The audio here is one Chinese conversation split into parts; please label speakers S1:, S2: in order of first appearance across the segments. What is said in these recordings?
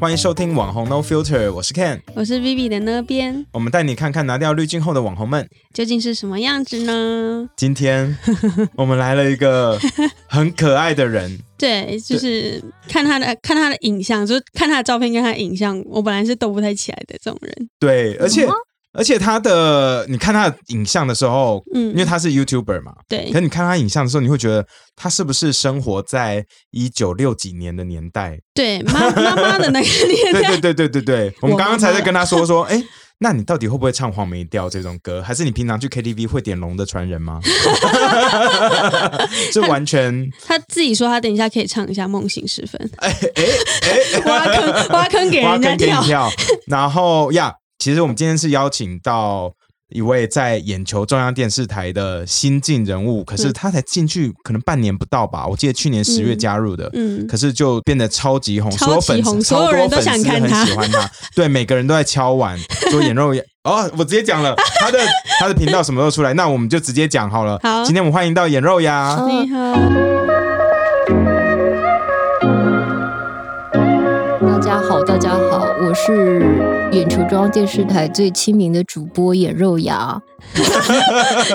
S1: 欢迎收听网红 No Filter，我是 Ken，
S2: 我是 Vivi 的那边，
S1: 我们带你看看拿掉滤镜后的网红们。
S2: 究竟是什么样子呢？
S1: 今 天我们来了一个很可爱的人，
S2: 对，就是看他的看他的影像，就是看他的照片跟他的影像，我本来是斗不太起来的这种人。
S1: 对，而且而且他的，你看他的影像的时候，
S2: 嗯，
S1: 因为他是 YouTuber 嘛，
S2: 对
S1: 可你看他影像的时候，你会觉得他是不是生活在一九六几年的年代？
S2: 对妈妈妈的那个年
S1: 对
S2: 代，
S1: 对对对对 对，我们
S2: 我
S1: 刚刚
S2: 妈
S1: 才
S2: 妈
S1: 在跟他说说，哎，那你到底会不会唱黄梅调这种歌？还是你平常去 KTV 会点《龙的传人》 吗？这完全
S2: 他自己说他等一下可以唱一下《梦醒时分
S1: 哎哎哎》，
S2: 挖坑挖坑给
S1: 挖
S2: 人家
S1: 坑给你
S2: 跳。
S1: 跳。然后呀，其实我们今天是邀请到。一位在眼球中央电视台的新晋人物，可是
S2: 嗯
S1: 他才进去可能半年不到吧，我记得去年十月
S2: 嗯
S1: 加入的，
S2: 嗯，
S1: 可是就变得超级红，
S2: 超级
S1: 所有粉丝
S2: 红
S1: 超
S2: 所有
S1: 多
S2: 人都
S1: 粉丝
S2: 想看
S1: 很
S2: 他
S1: 喜欢他，对，每个人都在敲碗，说眼肉眼。哦，我直接讲了，他的他的频道什么时候出来？那我们就直接讲好了。
S2: 好
S1: 今天我们欢迎到眼肉呀，
S2: 你好，
S3: 大家好，大家好，我是眼球中央电视台最亲民的主播眼肉芽。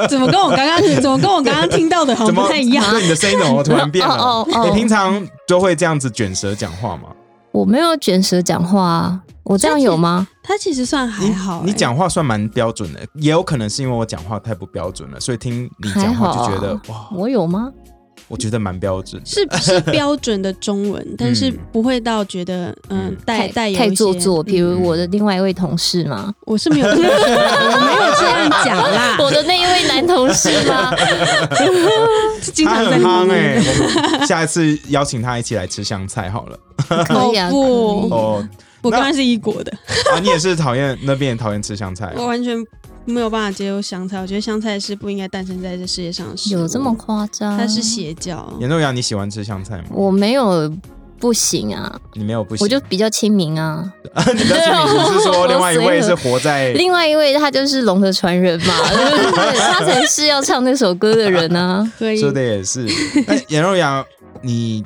S2: 怎么跟我刚刚怎么跟我刚刚听到的好
S1: 怎
S2: 像
S1: 么
S2: 不太一样？
S1: 对你的声音怎么突然变了
S3: 哦？哦哦
S1: 你平常都会这样子卷舌讲话吗？
S3: 我没有卷舌讲话啊，我这样有吗？
S2: 他其实算还
S1: 你
S3: 哦
S2: 好、
S1: 你
S2: 欸
S1: 讲话算蛮标准的，也有可能是因为我讲话太不标准了，所以听你讲话就觉得
S3: 还啊
S1: 哇，
S3: 我有吗？
S1: 我觉得蛮标准的。
S2: 是是标准的中文，但是
S1: 嗯
S2: 不会到觉得嗯
S1: 嗯
S2: 带
S3: 太
S2: 带有
S3: 太
S2: 一些
S3: 做作，比
S2: 嗯
S3: 如我的另外一位同事嘛，
S2: 我是没有，我没有这样讲啊啦，
S3: 我的那一位男同事 吗？
S2: 经
S1: 他
S2: 常在
S1: 很夯
S2: 旁边
S1: 哎、我 们下一次邀请他一起来吃香菜好了。
S3: 可以啊，
S2: 哦
S3: 可
S2: 不
S3: 以
S1: 哦，
S2: 我刚刚是一国的，
S1: 啊，你也是讨厌那边也讨厌吃香菜、
S2: 我完全没有办法接受香菜，我觉得香菜是不应该诞生在这世界上的食物
S3: 有这么夸张？
S2: 它是邪教，
S1: 严重阳，你喜欢吃香菜吗？
S3: 我没有不行啊，
S1: 你没有不喜
S3: 我就比较亲民啊。
S1: 你的心里不是说
S3: 我
S1: 另外一位
S3: 随和
S1: 是活在
S3: 另外一位他就是龙的传人嘛，对不对？他才是要唱那首歌的人啊。
S2: 可以
S1: 说的也 是。那严肉阳，你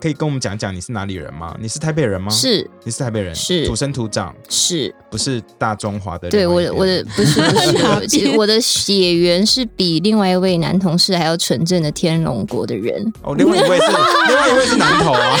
S1: 可以跟我们讲讲你是哪里人吗？你是台北人吗？，
S3: 是
S1: 你是台北人，
S3: 是
S1: 土生土长，
S3: 是，
S1: 不是大中华的。
S3: 对我的我的，不是不
S2: 哪
S3: 是，其实
S2: 边
S3: 我的血缘是比另外一位男同事还要纯正的天龙国 的人，
S1: 哦，另外一 位是另外一位是南投啊。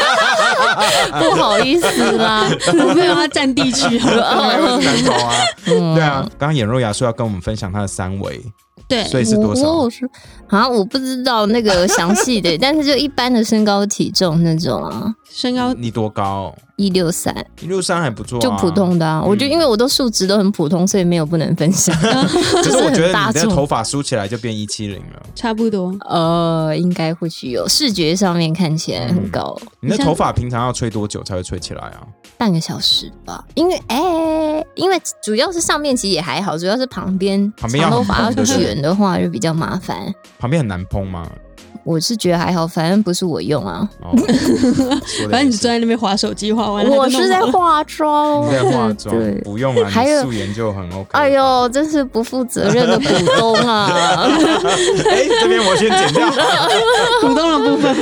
S3: 不好意思啦。
S2: 我没有要占地区，好不好
S1: 另外一
S3: 哦
S1: 位是南投啊，
S3: 嗯
S1: 对啊。刚刚颜若雅说要跟我们分享她的三围，
S2: 对，
S1: 所以是
S3: 我
S1: 多
S3: 我
S1: 少
S3: 有？说啊，我不知道那个详细的，但是就一般的身高体重那种啊，
S2: 身高
S1: 你多高？
S3: 一六三
S1: 一六三还不错、啊，
S3: 就普通的啊。我
S1: 嗯
S3: 就因为我都数值都很普通，所以没有不能分享。
S1: 可是我觉得你的
S3: 就是很大众
S1: 头发梳起来就变一七零了，
S2: 差不多，
S3: 呃，应该或许有视觉上面看起来
S1: 嗯
S3: 很高，
S1: 你的头发平常要吹多久才会吹起来啊？
S3: 半个小时吧，因为哎、因为主要是上面其实也还好，主要是旁边
S1: 旁边要
S3: 长头
S1: 很
S3: 发
S1: 蓬对
S3: 要
S1: 不对
S3: 卷的话就比较麻烦。
S1: 旁边很难蓬吗？
S3: 我是觉得还好，反正不是我用啊，
S1: 哦，
S2: 反正你就坐
S1: 专
S2: 在那边划手机，划完了
S3: 我
S2: 它就是弄
S3: 在
S2: 好了
S3: 化妆
S1: 你。 在化妆，
S3: 对
S1: 不用啊，
S3: 还
S1: 你
S3: 有
S1: 素颜就很 OK。
S3: 哎，呦，真是不负责任的股东 啊！
S1: 哎，这边我先剪掉。
S2: 股东的部分，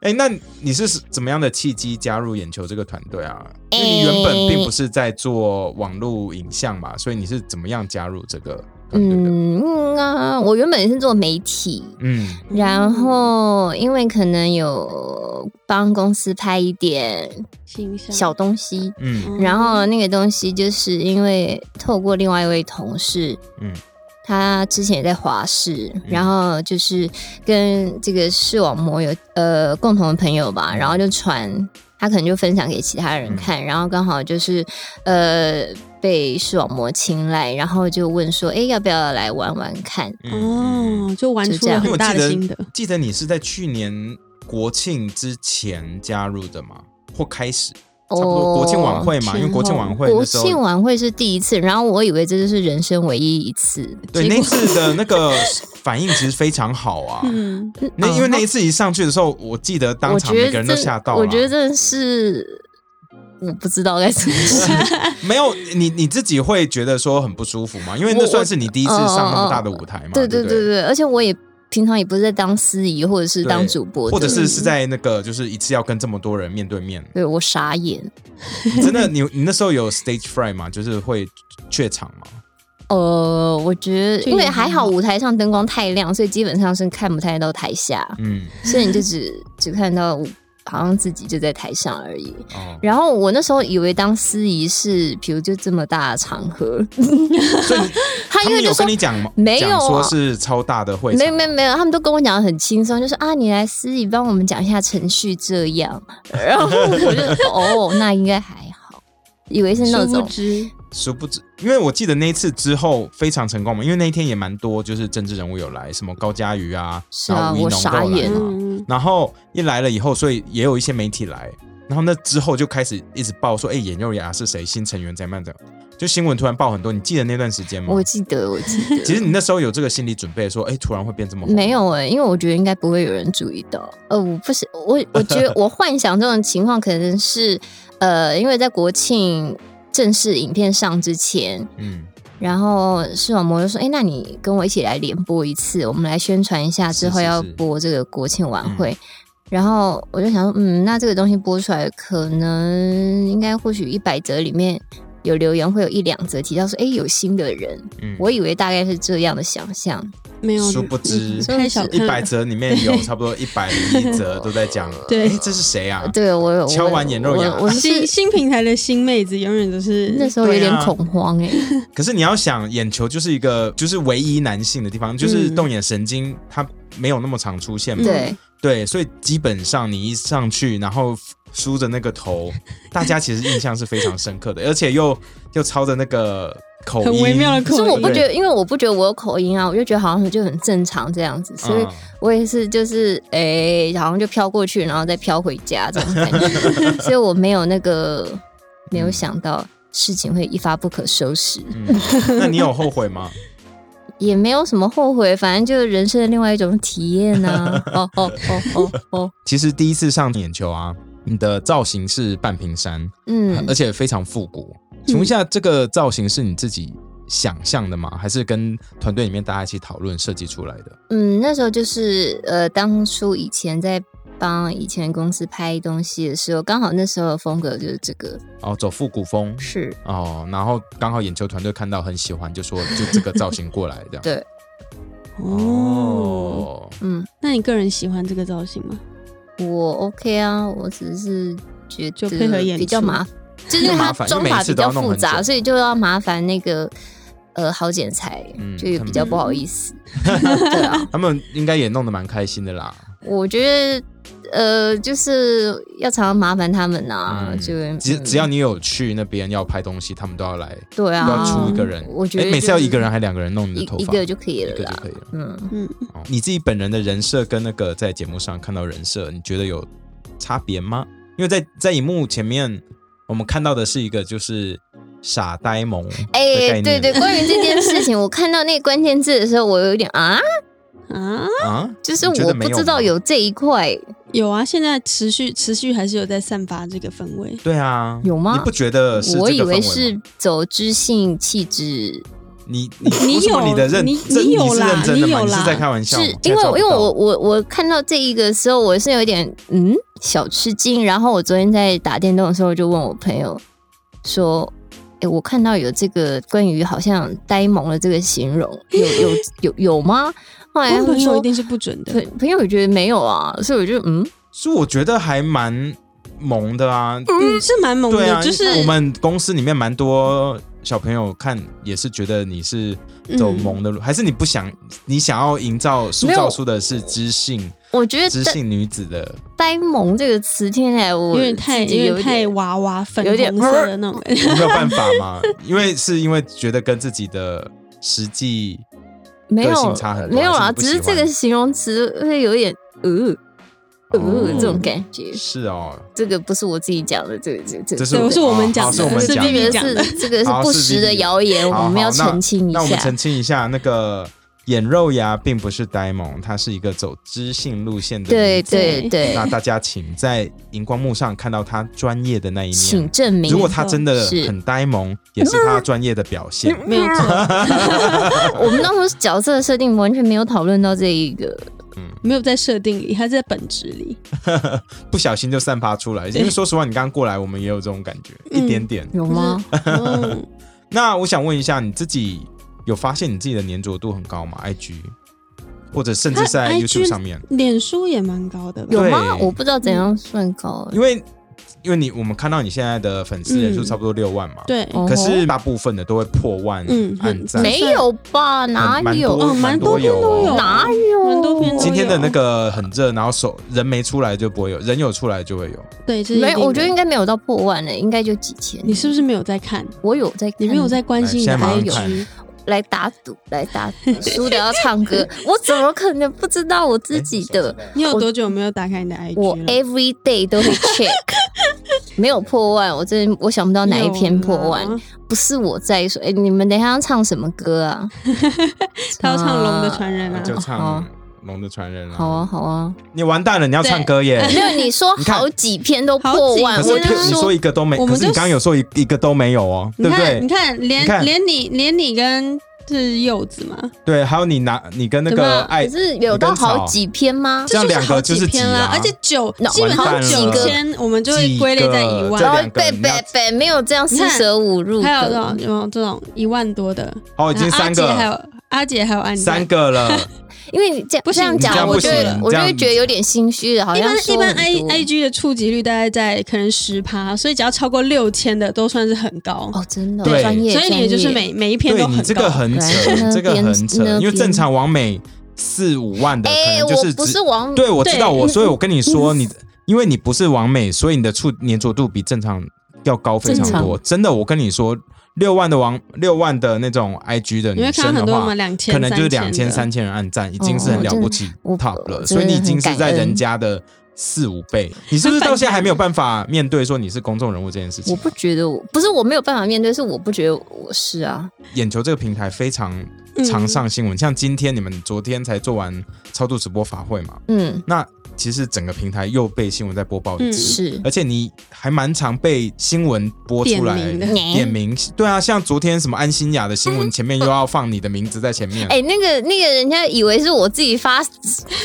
S1: 哎，那你是怎么样的契机加入眼球这个团队啊？因为你原本并不是在做网络影像嘛，所以你是怎么样加入这个团队的？
S3: 嗯嗯啊，我原本是做媒体，
S1: 嗯
S3: 然后因为可能有帮公司拍一点
S2: 形象
S3: 小东西，
S1: 嗯
S3: 然后那个东西就是因为透过另外一位同事，
S1: 嗯
S3: 嗯，他之前也在华视，然后就是跟这个视网膜有呃共同的朋友吧，然后就传。他可能就分享给其他人
S1: 嗯
S3: 看，然后刚好就是，呃，被视网膜青睐，然后就问说，哎、要不要来玩玩看？
S1: 嗯嗯
S2: 哦，就玩
S3: 就
S2: 出
S3: 这
S2: 了
S3: 样
S1: 因为
S2: 很
S1: 我
S2: 大
S1: 记
S2: 的心得
S1: 得。记得你是在去年国庆之前加入的嘛，或开始差不多国庆晚会嘛，
S2: 前
S1: 因为国庆晚会
S3: 哦国
S1: 那时
S3: 庆
S1: 候，
S3: 晚会是第一次，然后我以为这就是人生唯一一次，
S1: 对
S3: 结
S1: 那
S3: 果
S1: 次的那个 反应其实非常好啊。
S2: 嗯，
S1: 那因为
S3: 嗯
S1: 那一次一上去的时候，我记得当
S3: 我
S1: 场
S3: 觉
S1: 每
S3: 得
S1: 个人都
S3: 真
S1: 吓到了。啊
S3: 我觉得真的是，我不知道该怎么说。
S1: 没有你你自己会觉得说很不舒服嘛，因为那
S3: 我
S1: 算是你第一次上那么大的
S3: 我
S1: 舞台嘛。
S3: 对
S1: 对
S3: 对
S1: 不
S3: 对对，而且我也平常也不是在当司仪或者是
S1: 对
S3: 当主播的，
S1: 或者是是在那个就是一次要跟这么多人面对面，
S3: 对我傻眼。
S1: 你真的你你那时候有 stage fright 吗？就是会怯场吗？
S3: 呃，我觉得
S2: 就
S3: 因为
S2: 也
S3: 还
S2: 还
S3: 好
S2: 好
S3: 舞台上灯光太亮，所以基本上是看不太到台下，
S1: 嗯，
S3: 所以你就只只看到好像自己就在台上而已。
S1: 哦，
S3: 然后我那时候以为当司仪是，比如就这么大的场合，
S1: 所以你 他
S3: 他因为
S1: 们
S3: 就
S1: 有
S3: 说
S1: 跟你讲吗？
S3: 没有啊
S1: 讲说是超大的会
S3: 没
S1: 场
S3: 有没有没有，他们都跟我讲的很轻松，就说啊，你来司仪帮我们讲一下程序这样。 然后我就哦，那应该还好，以为是那
S2: 殊
S3: 种
S2: 不知，
S1: 殊不知，因为我记得那一次之后非常成功嘛，因为那一天也蛮多，就是政治人物有来，什么高嘉瑜啊，
S3: 是啊
S1: 然后吴怡
S3: 我
S1: 农
S3: 傻
S1: 都有来
S3: 眼
S1: 嘛，
S2: 嗯，
S1: 然后一来了以后，所以也有一些媒体来，然后那之后就开始一直报说，哎、眼肉牙是谁，新成员怎么样怎么样，就新闻突然报很多。你记得那段时间吗？
S3: 我记得我记得。
S1: 其实你那时候有这个心理准备，说，哎、突然会变这么红
S3: 没有哎、因为我觉得应该不会有人注意到。呃，我不是我，我觉得 我幻想这种情况可能是，呃，因为在国庆正式影片上之前，
S1: 嗯，
S3: 然后视网膜就说：“哎、那你跟我一起来联播一次，我们来宣传一下之后
S1: 是是
S3: 要
S1: 是嗯
S3: 播这个国庆晚会。然后我就想说，嗯，那这个东西播出来，可能应该或许一百则里面有留言，会有一两则提到说，哎、有新的人。
S1: 嗯
S3: 我以为大概是这样的想象，
S2: 没有，
S1: 殊不知
S2: 太小
S1: 嗯一
S2: 看
S1: 百
S2: 了，
S1: 则里面有差不多一百零一则都在 讲，
S2: 对
S1: 哎这是谁啊？
S3: 对我有
S1: 敲完眼肉痒
S3: 我我
S2: 新
S3: 是
S2: 新平台的新妹子永远都是
S3: 那时候有
S1: 对
S3: 点
S1: 啊
S3: 恐慌哎、
S1: 可是你要想，眼球就是一个就是唯一男性的地方，
S2: 嗯
S1: 就是动眼神经它没有那么常出现嘛。
S3: 对，
S1: 对，所以基本上你一上去，然后梳着那个 头，大家其实印象是非常深刻的，而且又又操着那个口音，
S2: 很微妙的口
S3: 可
S2: 音
S3: 是我不
S1: 对
S3: 觉得，因为我不觉得我有口音啊，我就觉得好像就很正常这样子，所以
S1: 嗯
S3: 我也是就是诶、好像就飘过去，然后再飘回家这种感觉， 所以我没有那个没有想到事情会一发不可收拾，
S1: 嗯，那你有后悔 吗？
S3: 也没有什么后悔，反正就是人生的另外一种体验啊， 哦哦哦哦哦，
S1: 其实第一次上眼球啊，你的造型是半屏山，
S3: 嗯
S1: 而。且非常复古。
S2: 嗯
S1: 请问一下，这个造型是你自己想象的吗？还是跟团队里面大家一起讨论设计出来的？
S3: 嗯，那时候就是呃，当初以前在帮以前公司拍东西的时候，刚好那时候的风格就是这个，
S1: 哦，走复古风
S3: 是
S1: 哦，然后刚好眼球团队看到很喜欢，就说 就这个造型过来这样。
S3: 对，
S2: 哦。
S1: 哦，
S3: 嗯，
S2: 那你个人喜欢这个造型吗？
S3: 我 OK 啊，我只是觉
S2: 就
S3: 得
S2: 配合演
S3: 比较
S2: 出
S3: 麻， 就是因为
S1: 麻
S3: 它
S1: 烦因为
S3: 妆
S1: 每一
S3: 法
S1: 次
S3: 比
S1: 都要
S3: 较
S1: 弄
S3: 复
S1: 很
S3: 杂，
S1: 久
S3: 所以就要麻烦那个呃好剪裁，
S1: 嗯
S3: 就也
S1: 他
S3: 比
S1: 们
S3: 较不好意思。对啊，
S1: 他们应该也弄得蛮开心的啦。
S3: 我觉得呃就是要常常麻烦他们
S1: 嗯
S3: 呐、啊就
S1: 只只要
S3: 嗯
S1: 你有去那边要拍东西，他们都要来，都
S3: 对啊，
S1: 要出一个人。
S3: 我觉得
S1: 诶每次
S3: 就
S1: 要
S3: 是
S1: 一个人还两个人弄你
S3: 一
S1: 的头
S3: 一
S1: 发，
S3: 个就可以了
S1: 一个就
S3: 啦
S1: 可以，了。
S3: 嗯。
S2: 嗯，
S1: 哦你自己本人的人设跟那个在节目上看到人设，你觉得有差别吗？因为在在荧幕前面，我们看到的是一个就是傻呆萌的
S3: 哎、
S1: 概念，
S3: 对对，关于这件事情，我看到那个关键字的时候，我有一点啊，
S2: 啊，
S1: 啊，
S3: 就是
S1: 你觉得
S3: 我
S1: 没
S3: 不
S1: 有
S3: 知道
S1: 吗
S3: 有这一块，
S2: 有啊，现在持续持续还是有在散发这个氛围。
S1: 对啊，
S3: 有吗
S1: 你不觉得是这个氛
S3: 我
S1: 围
S3: 以
S1: 吗？
S3: 为是走知性气质，
S1: 你你
S2: 你
S1: 为什么
S2: 有
S1: 你的认
S2: 你
S1: 真
S2: 你有
S1: 是
S2: 啦
S1: 认真的
S2: 你
S1: 吗？
S2: 有
S1: 你是
S2: 啦
S1: 在开玩笑
S3: 是
S1: 吗？
S3: 因为我因为我
S1: 我
S3: 我我看到这一个的时候，我是有一点嗯小吃惊，然后我昨天在打电动的时候就问我朋友说。哎、我看到有这个关于好像呆萌的这个形容，有有 有有吗？后来他
S2: 我
S3: 们
S2: 朋友
S3: 说
S2: 一，定是不准的
S3: 朋，朋友也觉得没有啊，所以我就嗯，
S1: 是我觉得还蛮萌的啊，
S2: 嗯，是蛮萌
S1: 对啊，
S2: 的，就是
S1: 我们公司里面蛮多小朋友看也是觉得你是走
S2: 嗯
S1: 萌的路，还是你不想你想要营造塑
S3: 没有
S1: 造出的是知性
S3: 我觉得
S1: 知
S3: 呆
S1: 性女子的
S3: 呆萌这个词听起来
S2: 有
S3: 我
S2: 点太
S3: 自己
S2: 有
S3: 有
S2: 点太
S3: 点
S2: 娃娃粉
S3: 有点呃
S2: 红色的那种感觉。
S1: 没有办法嘛？因为是因为觉得跟自己的实际
S3: 没
S1: 个
S3: 有
S1: 性差很多
S3: 没有
S1: 还
S3: 啦，
S1: 是你不喜
S3: 只是这
S1: 欢
S3: 个形容词会有点呃呃、
S1: 哦
S3: 这种感觉。
S1: 是哦，
S3: 这个不是我自己讲的，这个这个这个
S1: 这
S2: 对，
S1: 我
S2: 我是我们讲
S1: 哦
S2: 的，
S1: 是我们
S2: 是
S1: 讲的
S2: B
S3: 这
S2: B
S3: 个
S2: 讲的。
S3: 是这个是
S1: 好
S3: 不
S1: 是
S3: 实的
S1: Vivi
S3: 谣言，
S1: 好
S3: 我们要
S1: 好那
S3: 澄清一
S1: 那我们
S3: 下
S1: 澄。清一下那个眼肉芽并不是呆萌，它是一个走知性路线的
S3: 对
S1: 女子
S3: 对对，
S1: 那大家请在荧光幕上看到他专业的那一
S3: 请
S1: 面。
S3: 证明哦
S1: 如。果他真的
S3: 是嗯
S1: 很呆萌，也是他专业的表现。
S3: 没有 错，哦我们那时候角色设定完全没有讨论到这一个，
S2: 没有在设定里，它在本质 里。
S1: 不小心就散发出来。因为说实话，你刚刚过来，我们也有这种感觉，一点点。
S3: 有吗？
S2: 嗯，
S1: 那我想问一下，你自己有发现你自己的粘着度很高吗？IG，或者甚至
S3: 啊
S1: 是在
S2: 他
S1: YouTube
S2: IG
S1: 上面，
S2: 脸书也蛮高的吧？
S3: 有吗？
S1: 啊对嗯
S3: 我不知道怎样算高。
S1: 因为因为你我们看到你现在的粉丝人数
S2: 嗯
S1: 差不多六万嘛，
S2: 对，
S3: 哦
S1: 可是大部分的都会破万
S2: 嗯很
S1: 按赞，
S3: 没有吧？哪
S1: 蛮
S3: 有？
S1: 多
S2: 哦蛮
S1: 多
S2: 多篇都
S1: 有哦
S2: 有，
S3: 哪有？
S2: 蛮多篇都
S1: 今天的那个很热，然后手人没出来就不会有，人有出来就会有。
S2: 对，这是一
S3: 没，
S2: 定的
S3: 我觉得应该没有到破万呢，应该就几千。
S2: 你是不是没有在看？
S3: 我有在，
S2: 你没有在关心你的
S1: 来哎现在马上
S2: IG？
S3: 来打赌，来打 赌，输的要唱歌，我怎么可能不知道我
S1: 哎
S3: 自己的？
S2: 你有多久没有打开你的 IG
S3: 我
S2: 了？
S3: every day 都会 check，没有破万，我真的我想不到哪一篇破万
S2: 有，
S1: 啊
S2: 啦
S3: 不是我在说，哎、你们等一下要唱什么歌啊？
S1: 嗯
S2: 他要唱《龙的传人》
S1: 那
S2: 啊，
S1: 哎就
S3: 好
S1: 唱《龙的传人》
S3: 好啊，，好啊，
S1: 你完蛋了，你要唱歌耶！
S3: 没有你说
S1: 你看
S3: 好几篇都破万，
S1: 可是
S2: 好几
S3: 我
S2: 篇
S3: 就
S2: 啊
S1: 你说一个都没，
S2: 我
S1: 可
S2: 们
S1: 是你
S2: 就
S1: 刚刚有说一一个都没有哦，
S2: 你
S1: 对不
S2: 看，
S1: 对
S2: 你？看，
S1: 你
S2: 连
S1: 看
S2: 连你连你跟就是柚子嘛，
S1: 对，还有你拿你跟那
S3: 怎么
S1: 个
S3: 样
S1: 爱
S3: 可，是有到好几篇吗？
S1: 这样两个就是
S2: 好几篇啦
S1: 几啊，
S2: 而且九
S3: 那
S2: 基
S1: 完
S2: 本上
S1: 蛋
S2: 九
S1: 了
S2: 千我们就会归类在一
S1: 几个
S2: 万
S3: 然
S1: 这。
S3: 后
S1: 两个
S3: 被
S1: 你要
S3: 被被没有这样四舍五入
S2: 还有这种
S3: 的，
S2: 有没有这种一万多的？
S1: 哦，已经
S2: 然后阿
S1: 三
S2: 姐还
S1: 个，
S2: 有阿姐还有安
S1: 三个 了，
S3: 因为你这样
S2: 不
S3: 这
S2: 行
S3: 样
S2: 你这
S3: 讲，
S2: 样
S3: 我
S2: 不
S3: 就
S2: 行
S3: 会我
S1: 这
S3: 就会
S1: 样
S3: 觉得有点心虚，好
S2: 一
S3: 像
S2: 般
S3: 说
S2: 一般
S3: 很
S2: I
S3: 多
S2: I G 的触及率大概在可能十趴，所以只要超过六千的都算是很高。
S3: 哦，真的
S1: 对
S3: 专业，
S2: 所以你也就是每每一篇
S1: 对
S2: 都
S1: 你
S2: 很
S1: 这个
S2: 高。
S1: 很扯
S3: 对，那
S1: 这个
S3: 边
S1: 很扯
S3: 那，边
S1: 因为正常完美四五万的可
S3: 哎、
S1: 能就
S3: 我不
S1: 只
S3: 是王，
S1: 对，我知道
S2: 对
S1: 我，所以我跟你说，你因为你不是完美，所以你的触粘着度比正常要高非常多。真的，我跟你说，六万的王六万的那种 IG 的
S2: 你
S1: 女
S2: 会看
S1: 生
S2: 到很
S1: 的
S2: 多嘛，
S1: 话，
S2: 两千、
S1: 可能就是两
S2: 三
S1: 千
S2: 的
S1: 三千人按赞，已经是很了不起
S3: 我
S1: top
S3: 我
S1: 了，
S3: 真
S1: 所以你
S3: 的
S1: 已经
S3: 很
S1: 是
S3: 感
S1: 在人
S3: 恩
S1: 家的四五倍。你是不是到现在还没有办法面对说你是公众人物这件事情
S3: 我？不觉得我不是我没有办法面对，是我不觉得我是啊，
S1: 眼球这个平台非常常上新闻，像今天你们昨天才做完超度直播法会嘛，
S3: 嗯，
S1: 那其实整个平台又被新闻在播报一
S2: 嗯
S1: 次。
S3: 是
S1: 而且你还蛮常被新闻播出来
S2: 点名 的
S1: 点名，对啊，像昨天什么安心雅的新闻前面又要放你的名字在前面，
S3: 哎、那个那个人家以为是我自己发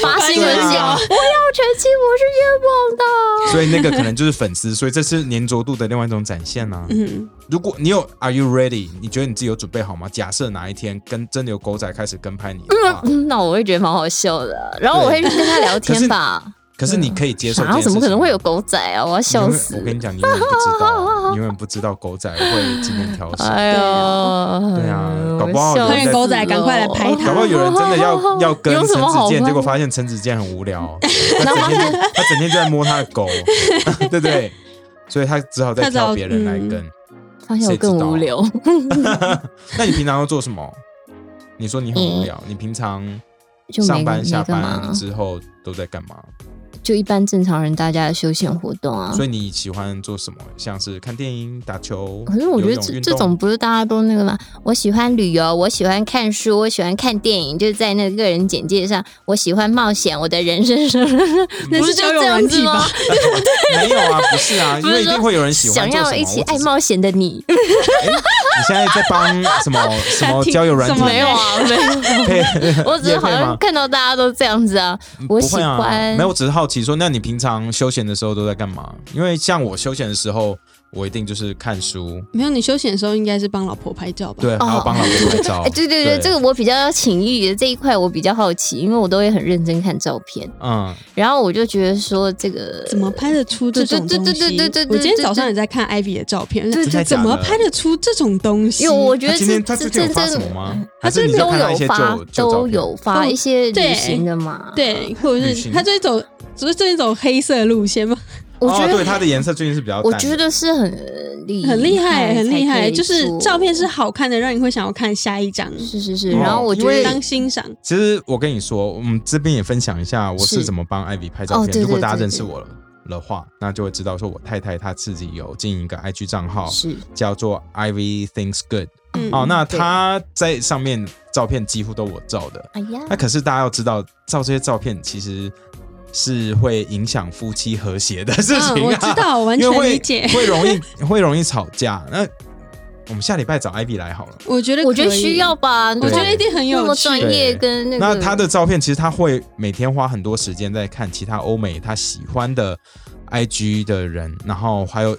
S3: 发新闻写，
S1: 对啊
S3: 我要澄清我是冤枉的，
S1: 所以那个可能就是粉丝，所以这是粘着度的另外一种展现啊。
S2: 嗯，
S1: 如果你有 Are you ready？你觉得你自己有准备好吗？假设哪一天跟真的有狗仔开始跟拍你的话，
S3: 嗯那我会觉得蛮好笑的啊、然后我会去跟他聊
S1: 可是
S3: 天吧，
S1: 可是你可以接受这
S3: 啥
S1: 件事
S3: 嗯怎
S1: 情吗，
S3: 么可能会有狗仔啊，我要
S1: 你永
S3: 笑
S1: 远
S3: 死
S1: 我，跟你讲，你永远不知道，你永远不知道狗仔会今天挑谁。
S3: 哎呦，哎
S1: 对啊搞不好
S3: 我笑
S1: 有人
S3: 死
S2: 狗仔赶快来拍 他
S1: 搞不好有人真的要要跟
S3: 有
S1: 陈
S3: 什么
S1: 子
S3: 好
S1: 健，
S3: 拍
S1: 结果发现陈子健很无 聊，他整天就他整天就在摸他的狗，对不对？所以他只好再
S2: 他只
S1: 挑
S2: 好
S1: 别人来
S2: 嗯
S1: 跟。
S3: 发现我更无聊。
S1: 那你平常都做什么？你说你很无聊，你平常
S3: 嗯就没
S1: 上班下
S3: 没干
S1: 班
S3: 嘛
S1: 之后都在干嘛？
S3: 就一般正常人大家的休闲活动啊。
S1: 所以你喜欢做什么？像是看电影、打球？
S3: 可是我
S1: 游
S3: 觉得
S1: 泳
S3: 这
S1: 运
S3: 这
S1: 动
S3: 种不是大家都那个吗？我喜欢旅游，我喜欢看书，我喜欢看电影，就是在那个个人简介上，我喜欢冒险，我的人生
S2: 那
S3: 不
S2: 是
S3: 是就
S2: 交友
S3: 这样
S2: 软
S3: 子
S2: 体
S3: 吗
S2: 吧？？
S1: 没有啊，不是 啊，因
S3: 不是
S1: 为一定
S3: 说
S1: 会有人喜欢
S3: 想
S1: 做什
S3: 要
S1: 么
S3: 一起
S1: 我只
S3: 爱
S1: 是
S3: 冒险 的你，
S1: 你现在在帮什 么什么交友软体
S2: 什么
S3: 没有啊，没有， 啊
S1: 配？
S3: 我只
S1: 业
S3: 是
S1: 配
S3: 好
S1: 吗
S3: 像看到大家都这样子啊。我
S1: 不
S3: 喜
S1: 会啊，
S3: 欢
S1: 没有，我只是好奇说，那你平常休闲的时候都在干嘛？因为像我休闲的时候，我一定就是看书，
S2: 没有，你休闲的时候应该是帮老婆拍照吧？
S1: 对，还要帮老婆拍照
S3: 哎，。对对对，这个我比较情欲的这一块我比较好奇，因为我都会很认真看照片，
S1: 嗯，
S3: 然后我就觉得说这个
S2: 怎么拍得出这种
S3: 对
S2: 东西？
S3: 对对对对对对
S2: 我今天早上也在看 Ivy 的照片，
S1: 对对
S2: 怎么拍得出这种东西？
S3: 有，我觉
S1: 他
S3: 得
S1: 今
S3: 这
S1: 天他
S3: 这
S1: 最
S3: 这
S1: 近
S3: 这
S1: 有发什么
S3: 这，
S1: 吗？还
S3: 他
S1: 是
S3: 最
S1: 你
S3: 近
S1: 就
S3: 都
S1: 看到一些
S3: 有发
S1: 旧，旧照
S3: 都
S1: 片？
S3: 有发
S2: 嗯
S3: 一些旅
S2: 对
S3: 行的嘛。，
S2: 对，或者
S1: 旅
S2: 是
S1: 行
S2: 他这种，只是这种黑色路线吗？
S3: 我
S1: 哦
S3: 觉
S1: 对
S3: 得
S1: 它的颜色最近是比较淡
S3: 我
S1: 的，
S3: 觉得是很厉
S2: 很厉害，很厉
S3: 才可
S2: 害，
S3: 以
S2: 就是
S3: 做
S2: 照片是好看的，让你会想要看下一张，
S3: 是是是，
S1: 哦
S3: 然后我觉
S1: 因为
S3: 得
S2: 当欣赏。
S1: 其实我跟你说，我们这边也分享一下我是
S3: 是
S1: 怎么帮艾比拍照片。
S3: 哦对对
S1: 如果大家
S3: 对对
S1: 认识我的话，那就会知道说我太太她自己有经营一个 IG 账号，
S3: 是
S1: 叫做 Ivy Thinks Good。
S2: 嗯
S1: 哦，那她在上面照片几乎都我照的。
S3: 哎呀，
S1: 那可是大家要知道，照这些照片其实是会影响夫妻和谐的事情、啊
S2: 嗯我知道我完
S1: 因为
S2: 全
S1: 会
S2: 理解
S1: 会容易会容易吵架。那我们下礼拜找艾比来好了。
S2: 我觉得
S3: 我觉得
S2: 可以
S3: 需要，吧，
S2: 我觉
S1: 对
S2: 得一定很
S3: 那
S2: 有
S3: 么
S2: 趣。
S3: 专业跟那
S1: 那
S3: 个
S1: 他的照片其实他会每天花很多时间在看其他欧美他喜欢的 IG 的人，然后还有、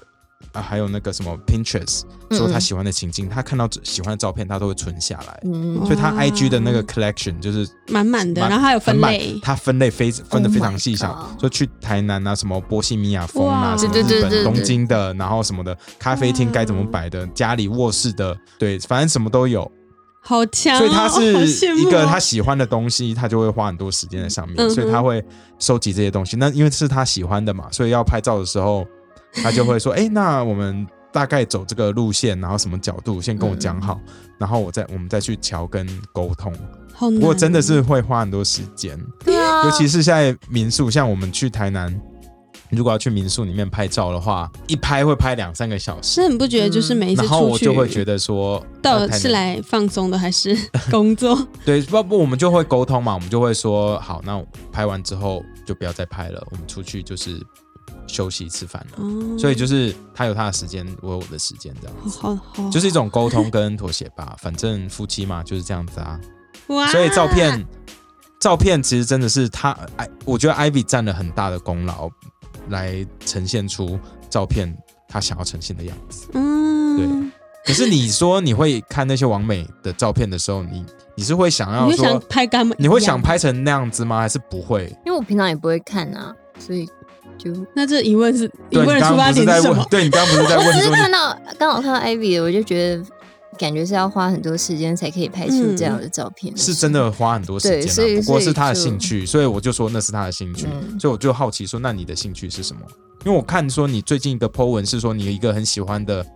S1: 啊、还有那个什么 Pinterest，
S3: 嗯
S1: 说他喜欢的情境，他看到喜欢的照片他都会存下来，
S3: 嗯
S1: 所以他
S2: 哇
S1: IG 的那个 collection 就是
S2: 满哦满的，
S1: 满
S2: 然后还有
S1: 很
S2: 分
S1: 满
S2: 类，哦
S1: 他分类非分的
S3: Oh
S1: 非
S3: my
S1: 常细小，
S3: God
S1: 就去台南啊，什么波西米亚风啊，
S2: 哇
S1: 什么
S3: 对对
S1: 日
S3: 对对
S1: 本东
S3: 对
S1: 京的，然后什么的咖啡厅该怎么摆的，家里卧室的，对，反正什么都有。
S2: 好强哦！
S1: 所以他
S2: 好
S1: 是
S2: 羡
S1: 一
S2: 慕
S1: 个
S2: 哦
S1: 他喜欢的东西，他就会花很多时间在上面，
S2: 嗯哼
S1: 所以他会收集这些东西。那因为是他喜欢的嘛，所以要拍照的时候，他就会说：“ 哎、那我们大概走这个路线，然后什么角度，先跟我
S2: 嗯
S1: 讲好，然后我再我们再去瞧跟沟通。”
S2: 好难
S1: 不过真的是会花很多时间，
S3: 对啊，
S1: 尤其是现在民宿，像我们去台南，如果要去民宿里面拍照的话，一拍会拍两三个小时
S2: 是。很不觉得，就是每一次
S1: 然后
S2: 出
S1: 我
S2: 去，
S1: 就会觉得说，
S2: 到
S1: 呃
S2: 底
S1: 台
S2: 是
S1: 南
S2: 来放松的还是工 作？
S1: 对，不不，我们就会沟通嘛，我们就会说，好，那拍完之后就不要再拍了，我们出去就是休息吃饭了。
S2: 哦
S1: 所以就是他有他的时间，我有我的时间，这样子，
S2: 好好，
S1: 就是一种沟通跟妥协吧。反正夫妻嘛就是这样子啊。
S2: 哇，
S1: 所以照片，照片其实真的是他，哎，我觉得 Ivy 占了很大的功劳，来呈现出照片他想要呈现的样子。
S2: 嗯，
S1: 对可是你说你会看那些完美的照片的时候，你你是会想要
S2: 你会
S1: 说
S2: 想拍干嘛？
S1: 你会想？拍成那样子吗？还是不会？
S3: 因为我平常也不会看啊，所以就
S2: 那这疑问是疑
S1: 对
S2: 问
S1: 你
S2: 的
S1: 刚刚不
S2: 出发点
S1: 是在
S2: 什
S1: 问
S2: 么？，
S1: 对你刚刚不是在
S3: 我只
S1: 问
S3: 是
S1: 说
S3: 看
S1: 你，
S3: 到刚好看到 Ivy 的，我就觉得感觉是要花很多时间才可以拍出
S2: 嗯
S3: 这样的照片，
S1: 是真的花很多时
S3: 对
S1: 间、
S3: 所
S1: 啊，
S3: 以
S1: 不过
S3: 所
S1: 是
S3: 以
S1: 他的
S3: 就
S1: 兴趣，所以我就说那是他的兴趣，
S3: 嗯
S1: 所以我就好奇说，那你的兴趣是什么？因为我看说你最近的 po 文是说你有一个很喜欢的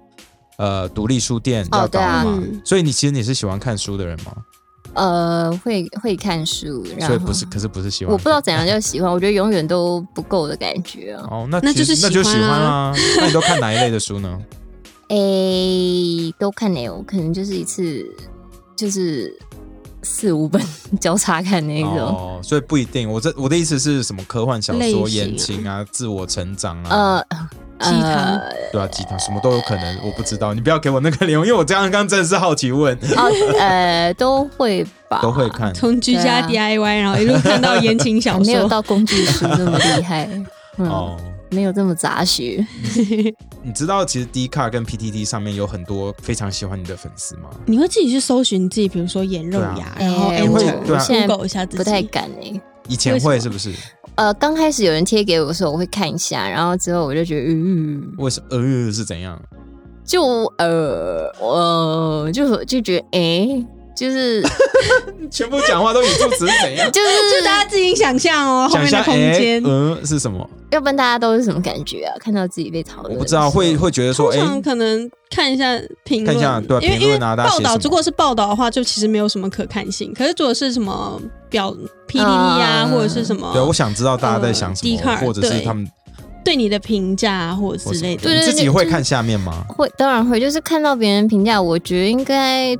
S1: 呃独立书店要
S3: 哦
S1: 搞
S3: 对啊
S1: 嘛，
S2: 嗯
S1: 所以你其实你是喜欢看书的人吗？
S3: 呃，会会看书，然
S1: 所
S3: 后
S1: 以不是，可是不是喜欢，
S3: 我不知道怎样叫喜欢，我觉得永远都不够的感觉啊。
S1: 哦，那
S2: 那
S1: 其实
S2: 就是
S1: 那就
S2: 喜
S1: 喜
S2: 欢
S1: 欢
S2: 啊
S1: 啊，那你都看哪一类的书 呢？
S3: 诶、都看了，我可能就是一次就是四五本 交叉看那种。
S1: 哦，所以不一定。我这我的意思是什么？科幻小
S2: 类型
S1: 说、
S2: 啊
S1: 言情啊、自我成长啊，
S3: 呃，
S2: 鸡汤
S3: 呃
S1: 对啊，鸡汤什么都有可能。我不知道，你不要给我那个脸，因为我这样刚刚真的是好奇问，
S3: 哦，呃，都会吧，
S1: 都会看。
S2: 从居家
S3: 对
S2: DIY，然后一路看到言情
S3: 还
S2: 小
S3: 没有
S2: 说，
S3: 到工具书这么厉害，嗯，
S1: 哦，
S3: 没有这么杂学。
S1: 你知道其实 D 卡跟 PTT 上面有很多非常喜欢你的粉丝吗？
S2: 你会自己去搜寻自己，比如说眼肉
S1: 对
S2: 芽，然后
S3: 哎
S2: enter
S1: 会对啊
S2: Google 一下自己，
S3: 不太敢哎、
S1: 以前会是不是？
S3: 呃，刚开始有人贴给我的时候，我会看一下，然后之后我就觉得，嗯，
S1: 为什么？呃，是怎样？
S3: 就呃，呃，就就觉得，哎、就是？
S1: 全部讲话都语助词是怎样
S3: 就是，
S2: 就大家自己想象哦，后
S1: 想
S2: 面
S1: 象
S2: 的空
S1: 哎
S2: 间，。
S1: 嗯，是什么？
S3: 要不然大家都是什么感觉啊？看到自己被讨论，
S1: 我不知道，会。会觉得说，
S2: 通
S1: 哎，
S2: 常可能看一下评
S1: 看一下
S2: 论，
S1: 对啊
S2: 因为
S1: 评
S2: 因为
S1: 论啊大家
S2: 报
S1: 写什
S2: 道
S1: 么
S2: 如果是报道的话，就其实没有什么可看性。可是如果是什么表 PDD 啊，
S3: 嗯
S2: 或者是什么
S1: 对啊，我想知道大家在想什
S2: 呃
S1: 么，
S2: ，Dcard，
S1: 或者是
S2: 对
S1: 他们
S2: 对你的评价啊或者
S1: 或
S2: 之
S1: 什么
S2: 类
S1: 的
S2: 的，
S3: 对
S1: 你自己
S3: 对
S1: 会
S3: 就
S1: 看下面吗？
S3: 会，当然会，就是看到别人评价，我觉得应该，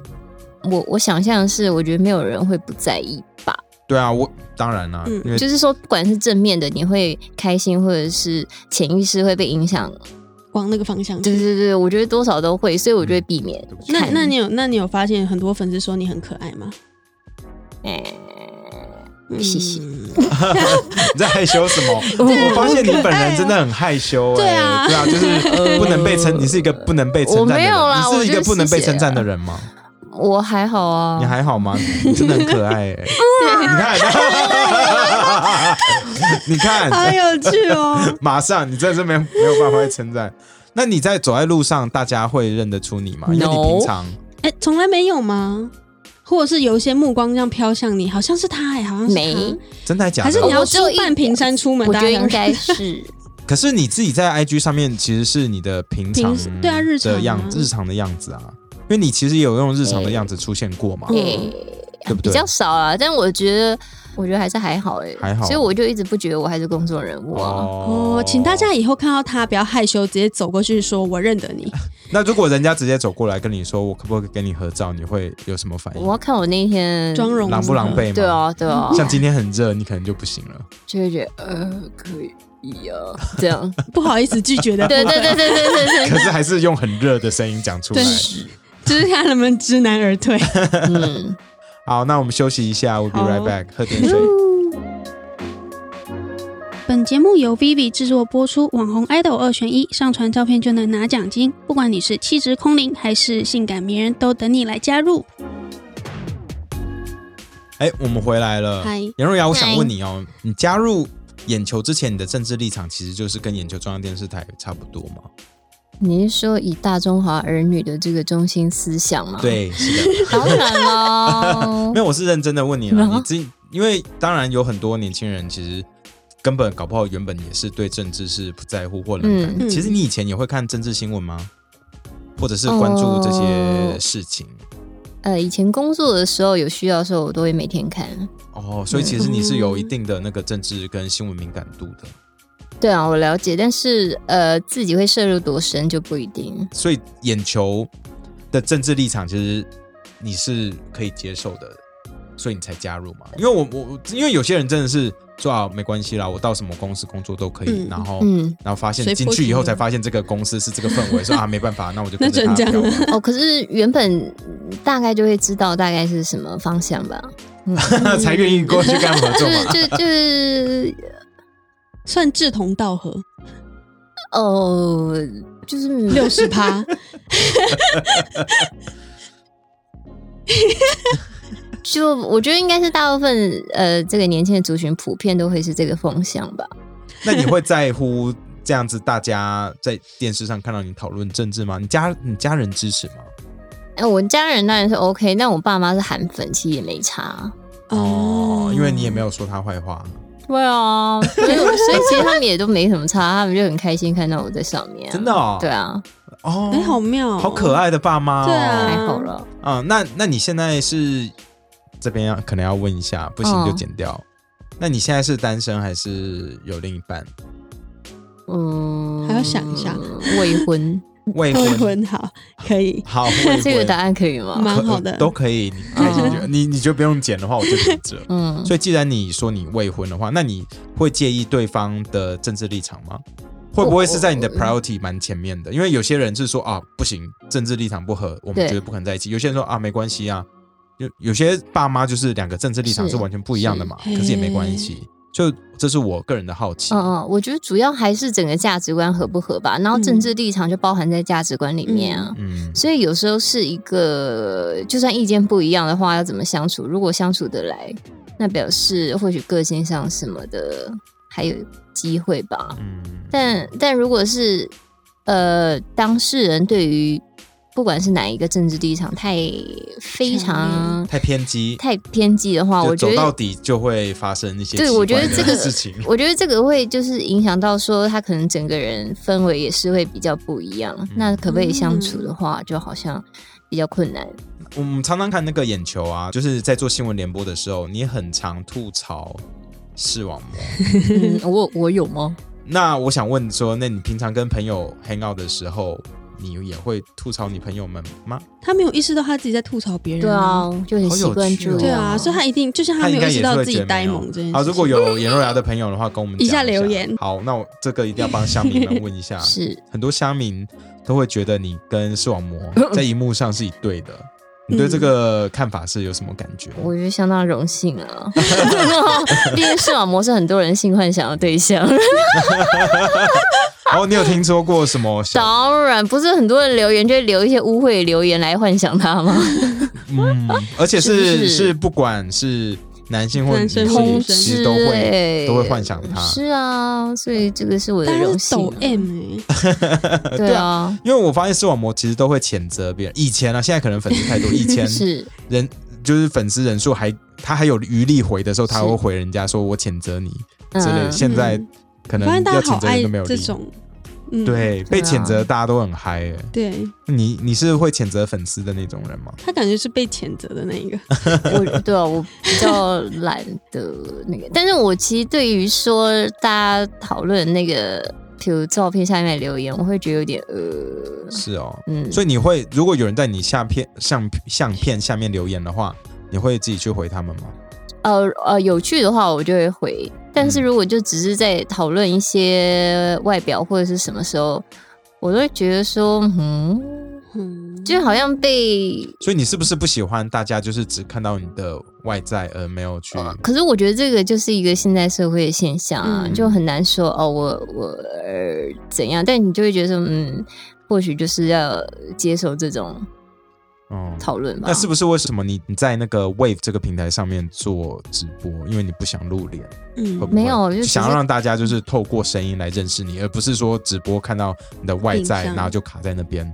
S3: 我我想象的是，我觉得没有人会不在意吧。
S1: 对啊，我当然啦、
S2: 嗯
S1: 因为
S3: 就是说，不管是正面的，你会开心，或者是潜意识会被影响，
S2: 往那个方 向去。
S3: 对对对，我觉得多少都会，所以我就会避免
S1: 对不起
S2: 那
S3: 看。
S2: 那你有那你有发现很多粉丝说你很可爱吗？
S3: 哎
S2: 嗯
S3: 谢谢。
S1: 你在害羞什 么？我发现你本人真的很害羞、欸，
S2: 对啊
S1: 对啊，就是
S3: 呃
S1: 不能被称，你是一个不能被称赞的
S3: 我没
S1: 人，
S3: 有啦
S1: 你是一
S3: 我
S1: 个
S3: 就
S1: 不能被
S3: 谢谢啊
S1: 称赞的人吗？
S3: 我还好啊，
S1: 你还好吗？你真的很可爱、 欸，你看， 你
S2: 好
S1: 看，
S2: 有趣 哦！
S1: 马上你在这边没有办法被称赞。那你在走在路上，大家会认得出你吗？因为你
S3: No
S1: 平常
S2: 哎，从来没有吗？或者是有一些目光这样飘向你，好像是他哎，好像是他
S3: 没，
S1: 真的假的？
S2: 还是你要
S3: 我只有
S2: 出半
S3: 一
S2: 瓶山出门？
S3: 我
S2: 大
S3: 觉
S2: 家
S3: 得
S2: 才会
S3: 应该是
S1: 可是你自己在 IG 上面其实是你的平常
S2: 平时对啊日常啊
S1: 的样日常的样子啊，因为你其实有用日常的样子出现过嘛。
S3: 诶
S1: 对不
S3: 比
S1: 对？
S3: 较少啊，但我觉得，我觉得还是还好哎、
S1: 还好
S3: 所以我就一直不觉得我还是公众人物啊。
S1: 哦
S2: 哦，请大家以后看到他不要害羞，直接走过去说“我认得你
S1: 那如果人家直接走过来跟你说，我可不可以跟你合照？你会有什么反
S3: 我
S1: 应？
S3: 要看我那一天”，
S2: 妆容
S1: 狼不狼狈吗？
S3: 对啊，对啊，
S1: 像今天很热，你可能就不行了。
S3: 就会觉得呃可以 啊，这样。
S2: 不好意思拒绝的，
S3: 对对对，对对对对，
S1: 可是还是用很热的声音讲出来
S2: 对。 就是看能不能知难而退。
S3: 嗯，
S1: 好，那我们休息一下，We'll be
S2: 好
S1: right back，喝点水。
S2: 本节目由 Vivi 制作播出，网红 idol 二选一，上传照片就能拿奖金。不管你是气质空灵还是性感迷人，都等你来加入。
S1: 哎，我们回来了
S2: 嗨。
S1: 颜若瑶，我想
S3: 嗨
S1: 问你哦，你加入眼球之前，你的政治立场其实就是跟眼球中央电视台差不多吗？
S3: 你是说以大中华儿女的这个中心思想吗？，
S1: 对，是的。
S3: 当然喽
S1: 没。有，我是认真的问你
S3: 然
S1: 了。
S3: 后
S1: 你自己，因为当然有很多年轻人其实根本搞不好原本也是对政治是不在乎或冷感。
S2: 嗯嗯
S1: 其实你以前也会看政治新闻吗？或者是关注这些事情？
S3: 呃，以前工作的时候有需要的时候，我都会每天看。
S1: 哦，所以其实你是有一定的那个政治跟新闻敏感度的。
S3: 对啊，我了解，但是呃，自己会摄入多深就不一定。
S1: 所以眼球的政治立场，其实你是可以接受的，所以你才加入嘛。因为我我因为有些人真的是说啊，没关系啦，我到什么公司工作都可以，
S2: 嗯
S1: 然后
S3: 嗯，
S1: 然后发现
S2: 随
S1: 进
S2: 波
S1: 去以后
S2: 逐
S1: 才
S2: 流
S1: 发现这个公司是这个氛围，说啊没办法，那我就跟
S2: 那只
S1: 着
S2: 能
S1: 他
S2: 这样
S1: 跳吧。
S3: 哦，可是原本大概就会知道大概是什么方向吧。
S1: 才愿意过去跟他们合
S3: 就
S1: 作
S3: 是
S1: 嘛。
S3: 就就是
S2: 算志同道合，
S3: 哦，就是
S2: 六十趴，
S3: 就我觉得应该是大部分呃，这个年轻的族群普遍都会是这个风向吧。
S1: 那你会在乎这样子大家在电视上看到你讨论政治吗？你家你家人支持吗？
S3: 哎、我家人当然是 OK，但我爸妈是韩粉，其实也没差。
S1: 哦，因为你也没有说他坏话。
S3: 对啊，所以所以其实他们也都没什么差，他们就很开心看到我在上面、
S1: 真的哦
S3: 对啊，
S1: 哦，
S2: 哎、好妙、
S1: 好可，爱的爸妈、哦。
S2: 对啊
S3: 还好了。
S1: 嗯，那那你现在是这边要可能要问一下，不行就剪掉。那你现在是单身还是有另一半？
S3: 嗯，
S2: 还要想一下
S3: 未婚，
S1: 未
S2: 未
S1: 婚？
S2: 婚好，可以，
S1: 好，未婚
S3: 这个答案可以吗？
S2: 蛮
S1: 可呃
S2: 好的
S1: 都可以，你开心就、你你觉得不用剪的话，我就留着。
S3: 嗯，
S1: 所以既然你说你未婚的话，那你会介意对方的政治立场吗？会不会是在你的
S3: 我嗯
S1: priority 蛮前面的？因为有些人是说啊，不行，政治立场不合，我们
S3: 对
S1: 觉得不可能在一起。有些人说啊，没关系啊，有有些爸妈就是两个政治立场是
S3: 是
S1: 完全不一样的嘛，
S2: 是
S1: 可是也没关系。就这是我个人的好奇。
S3: 嗯嗯，我觉得主要还是整个价值观合不合吧，然后
S2: 嗯
S3: 政治立场就包含在价值观里面啊。
S1: 嗯，
S3: 所以有时候是一个，就算意见不一样的话，要怎么相处？如果相处得来，那表示或许个性上什么的还有机会吧。
S1: 嗯，
S3: 但但如果是呃，当事人对于不管是哪一个政治立场太非
S2: 强
S3: 常
S1: 太偏激，
S3: 太偏激的话，
S1: 就
S3: 我觉
S1: 走到
S3: 得。
S1: 底就会发生一些
S3: 对
S1: 奇
S3: 我觉得
S1: 怪的
S3: 这个
S1: 事情。
S3: 我觉得这个会就是影响到说他可能整个人氛围也是会比较不一样，那可不可以相处的话，就好像比较困难。
S1: 我们常常看那个眼球啊，就是在做新闻联播的时候，你很常吐槽视网膜。
S3: 嗯、我我有吗？
S1: 那我想问说，那你平常跟朋友 hang out 的时候，你也会吐槽你朋友们吗？
S2: 他没有意识到他自己在吐槽别人、
S3: 对啊，，就很
S1: 好有
S3: 习惯
S1: 趣
S3: 住，
S1: 哦
S2: 对啊，所以他一定就像他没
S1: 应
S2: 有
S1: 该
S2: 意识
S1: 也是
S2: 到
S1: 会
S2: 自
S1: 觉
S2: 己
S1: 得没
S2: 呆
S1: 有
S2: 萌这件事情。
S1: 好，如果有颜若瑶的朋友的话，跟我们讲
S2: 嗯以下留言
S1: 好，那我这个一定要帮乡民们问一下
S3: 是
S1: 很多乡民都会觉得你跟视网膜在荧幕上是一对的，你
S2: 嗯
S1: 对这个看法是有什么感觉？
S3: 我觉得相当荣幸 啊， 毕竟视网膜是很多人性幻想的对 象。
S1: 哦，你有听说过什么小？
S3: 当然，不是很多人留言就会留一些污秽的留言来幻想他吗？
S1: 嗯，而且
S3: 是
S1: 是
S3: 不是
S1: 是不管是男性或女
S2: 男
S1: 性
S2: 生或女，
S1: 其
S2: 生
S1: 实都会
S3: 对
S1: 都会幻想 他。
S3: 是啊，所以这个是我的
S2: 但
S3: 荣
S2: 是
S3: 幸
S2: 抖
S3: 啊。
S2: M 哎、
S3: 对啊，
S1: 因为我发现视网膜其实都会谴责别人。以前啊，现在可能粉丝太多，以前
S3: 是
S1: 人就是粉丝人数还他还有余力回的时候，他
S3: 是
S1: 会回人家说我谴责你之类的。
S3: 嗯，
S1: 现在可
S2: 我
S1: 能
S2: 发现大
S1: 要
S2: 家好
S1: 谴责
S2: 爱
S1: 人都没有力
S2: 这。种嗯，
S1: 对，被谴责大家都很嗨、欸。
S2: 对
S1: 你你是会谴责粉丝的那种人吗？
S2: 他感觉是被谴责的那一个。
S3: 我对啊，我比较懒得那个，但是我其实对于说大家讨论那个，比如照片下面的留言，我会觉得有点呃，
S1: 是哦，
S3: 嗯，
S1: 所以你会如果有人在你下片相相片下面留言的话，你会自己去回他们吗？
S3: 呃呃，有趣的话我就会回，但是
S1: 嗯
S3: 如果就只是在讨论一些外表或者是什么时候，我都会觉得说，嗯，
S2: 嗯，
S3: 就好像被。
S1: 所以你是不是不喜欢大家就是只看到你的外在而没有去？
S3: 可是我觉得这个就是一个现代社会的现象啊，
S2: 嗯
S3: 就很难说哦，我我、呃、怎样，但你就会觉得说，嗯，或许就是要接受这种
S1: 哦、
S3: 讨论吧。
S1: 那是不是为什么你你在那个 Wave 这个平台上面做直播？因为你不想露脸，
S2: 嗯
S1: 会不会
S3: 没有就只是
S1: 想要让大家就是透过声音来认识你，而不是说直播看到你的外在，
S2: 影像
S1: 然后就卡在那 边。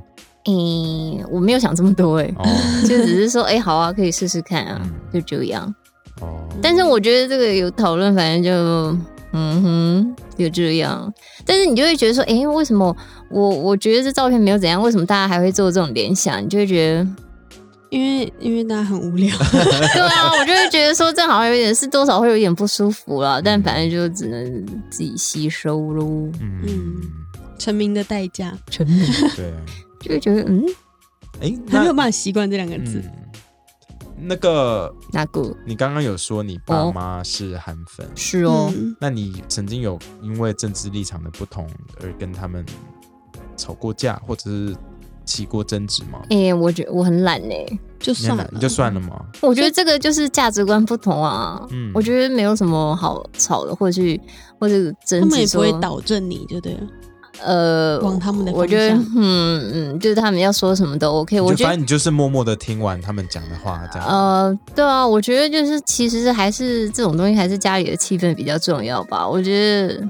S3: 嗯、我没有想这么多哎、
S1: 哦
S3: 就只是说，哎、好啊，可以试试看啊，
S1: 嗯
S3: 就这样。
S1: 哦，
S3: 但是我觉得这个有讨论，反正就嗯哼，就这样。但是你就会觉得说，哎、为什么我我觉得这照片没有怎样，为什么大家还会做这种联想？你就会觉得，
S2: 因为因为大家很 无聊，
S3: 对啊，我就会觉得说，这好像有点是多少会有点不舒服了。但反正就只能自己吸收喽，
S1: 嗯
S2: 嗯，成名的代价，
S3: 沉 迷
S1: 对，
S3: 就会觉得嗯，
S1: 哎，
S2: 还没有
S1: 那
S2: 办法习惯这两个字
S1: 嗯。，那个
S3: 那个
S1: 你刚刚有说你爸
S3: 哦
S1: 妈是韩粉，
S3: 是哦。
S2: 嗯
S1: 那你曾经有因为政治立场的不同而跟他们吵过架，或者是起过争执吗？
S3: 哎、我觉我很懒哎、
S2: 就
S1: 你很
S2: 算
S1: 懒
S2: 了，
S1: 你就算了嘛。
S3: 我觉得这个就是价值观不同啊。
S1: 嗯
S3: 我觉得没有什么好吵的，或者去或者
S2: 他
S3: 争
S2: 们
S3: 执
S2: 也不
S3: 说
S2: 会导正你就对了，
S3: 呃，
S2: 往他们的
S3: 我
S2: 方
S3: 觉得
S2: 向。
S3: 嗯嗯，就是他们要说什么都 OK。
S1: 你
S3: 我
S1: 就
S3: 觉
S1: 反
S3: 得
S1: 正你就是默默的听完他们讲的话，这样。
S3: 呃，对啊，我觉得就是其实还是这种东西，还是家里的气氛比较重要吧。我觉得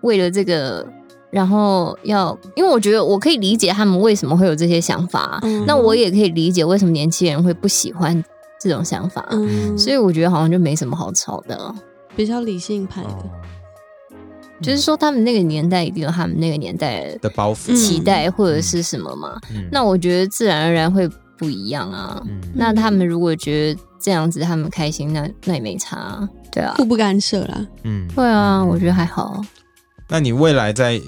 S3: 为了这个。然后要，因为我觉得我可以理解他们为什么会有这些想法，
S2: 嗯
S3: 那我也可以理解为什么年轻人会不喜欢这种想法，
S2: 嗯，
S3: 所以我觉得好像就没什么好吵的了。
S1: 嗯
S2: 比较理性派
S3: 嗯
S1: 哦
S2: 的，
S3: 就是说他们那个年代一定有他们那个年代的
S1: 的包袱
S2: 嗯
S3: 期待或者是什么嘛。
S1: 嗯
S3: 那我觉得自然而然会不一样啊。
S1: 嗯
S3: 那他们如果觉得这样子他们开心，那那也没差、啊，对啊，
S2: 互不干涉 啦。
S1: 嗯
S3: 对啊，我觉得还好。
S1: 那你未来在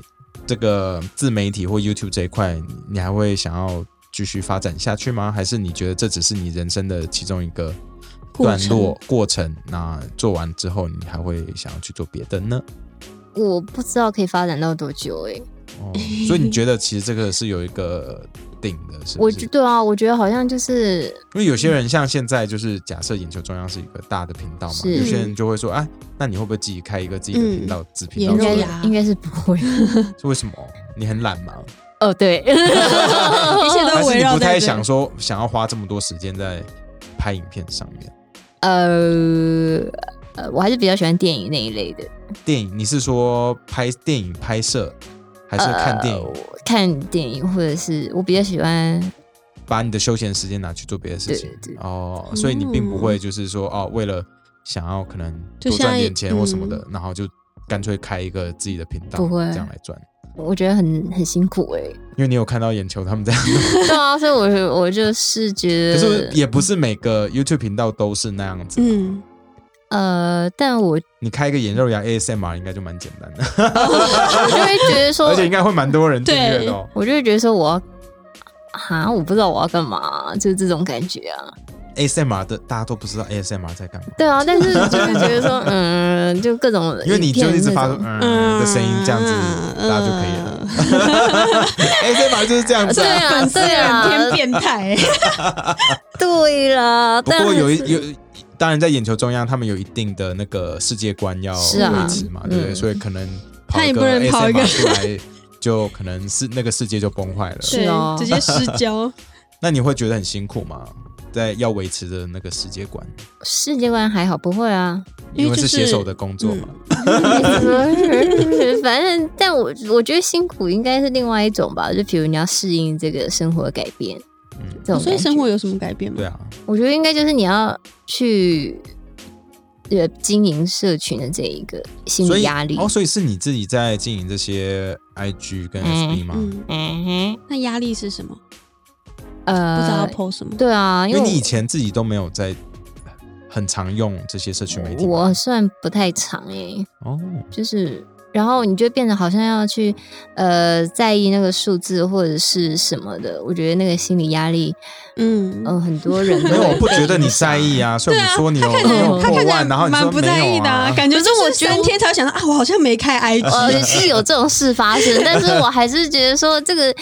S1: 这个自媒体或 YouTube 这一块，你你还会想要继续发展下去吗？还是你觉得这只是你人生的其中一个
S2: 过
S1: 段
S2: 程
S1: 落过程？那做完之后，你还会想要去做别的呢？
S3: 我不知道可以发展到多久欸诶、
S1: 哦，所以你觉得其实这个是有一个顶的，是
S3: 我
S1: 不是？
S3: 觉对啊，我觉得好像就是
S1: 因为有些人像现在就是假设眼球中央是一个大的频道嘛，
S3: 是
S1: 有些人就会说，哎，那你会不会自己开一个自己的频道子频道
S2: 嗯
S3: 应
S1: 之
S3: 该
S1: 类
S2: 也
S1: 的？
S2: 啊
S3: 应该是不会
S1: 是为什么？你很懒吗？
S3: 哦，对， 哦
S2: 一切
S1: 还
S2: 都
S1: 是
S2: 围
S1: 你
S2: 绕
S1: 不太
S2: 在这
S1: 想说想要花这么多时间在拍影片上面？
S3: 呃呃，我还是比较喜欢电影那一类的，
S1: 电影，你是说拍电影拍摄，还是
S3: 呃
S1: 看电影？
S3: 看电影或者是我比较喜欢
S1: 把你的休闲时间拿去做别的事情
S3: 对对
S1: 哦，
S2: 嗯
S1: 所以你并不会就是说哦，为了想要可能
S2: 就
S1: 多赚
S2: 像
S1: 点钱或什么的，然后就干脆开一个自己的频道，
S3: 嗯不会
S1: 这样来赚。
S3: 我觉得很很辛苦哎、
S1: 因为你有看到眼球他们这样弄，
S3: 对啊，所以我我就是觉
S1: 可
S3: 得，
S1: 是也不是每个 YouTube 频道都是那样子。
S2: 嗯，
S3: 呃，但我
S1: 你开一个眼肉牙 ASMR 应该就蛮简单的，
S3: 我就会觉得说
S1: 而，且应该会蛮多人订阅的哦。
S3: 我就会觉得说我要啊，我不知道我要干嘛，就是这种感觉啊。
S1: ASMR 的大家都不知道 ASMR 在干嘛，
S3: 对啊，但是就是觉得 说，嗯，就各种
S2: 呃
S1: 因为你就一直发出
S3: 影 片
S1: 嗯的声音，这样子
S2: 嗯
S1: 大家就可以了。
S2: 嗯
S1: ASMR 就是这样
S3: 那
S1: 子
S3: 种。对
S1: 啊。
S3: 啊，
S2: 私
S3: 对
S2: 人
S3: 啊
S2: 偏，变态，
S3: 对啊啦。
S1: 不
S3: 但
S1: 过有一
S3: 是
S1: 有，当然在眼球中央，他们有一定的那个世界观要
S3: 是啊
S1: 维持嘛，对不对？
S3: 嗯
S1: 所以可能跑
S2: 他
S1: 一
S2: 也
S1: 个
S2: 不能跑一个
S1: ASMR 出来，就可能是那个世界就崩坏了。
S3: 是哦
S2: 对直接失焦。
S1: 那你会觉得很辛苦吗？在要维持的那个世界观，
S3: 世界观还好，不会啊。
S2: 因为
S1: 为是
S2: 就是嗯
S1: 写手的工作嘛。
S3: 反正，但我我觉得辛苦应该是另外一种吧，就比如你要适应这个生活的改变，
S1: 嗯
S3: 这种
S2: 所以
S3: 感
S2: 生
S3: 觉
S1: 啊
S2: 活有什么改变吗？
S1: 对啊，
S3: 我觉得应该就是你要去呃经营社群的这一个心
S1: 所
S3: 理
S1: 以
S3: 压力。
S1: 哦，所以是你自己在经营这些 IG 跟
S3: 嗯
S1: FB 吗？
S2: 嗯，
S3: 嗯哼，
S2: 那压力是什么？不知道
S3: 呃，
S2: PO 什么。
S3: 对啊，因
S1: 因
S3: 为
S1: 为
S3: 我
S1: 你以前自己都没有在很常用这些社群媒体吗。
S3: 我算不太长诶、
S1: 哦，
S3: 就是，然后你就变得好像要去呃在意那个数字或者是什么的，我觉得那个心理压力，
S2: 嗯，
S3: 嗯、很多人都
S1: 没有，
S3: 会
S1: 我 不觉得你在意啊，所以我们说你有你有
S3: 嗯
S2: 他
S1: 破
S2: 看起来
S1: 哦万，然后你
S2: 蛮
S1: 说
S2: 不
S1: 没
S2: 在意
S1: 有
S2: 的啊、
S1: 啊，
S2: 感觉
S3: 可是我觉得
S2: 三
S3: 我
S2: 天才想到啊，我好像没开 IG，、
S3: 呃，是有这种事发生，但是我还是觉得说这个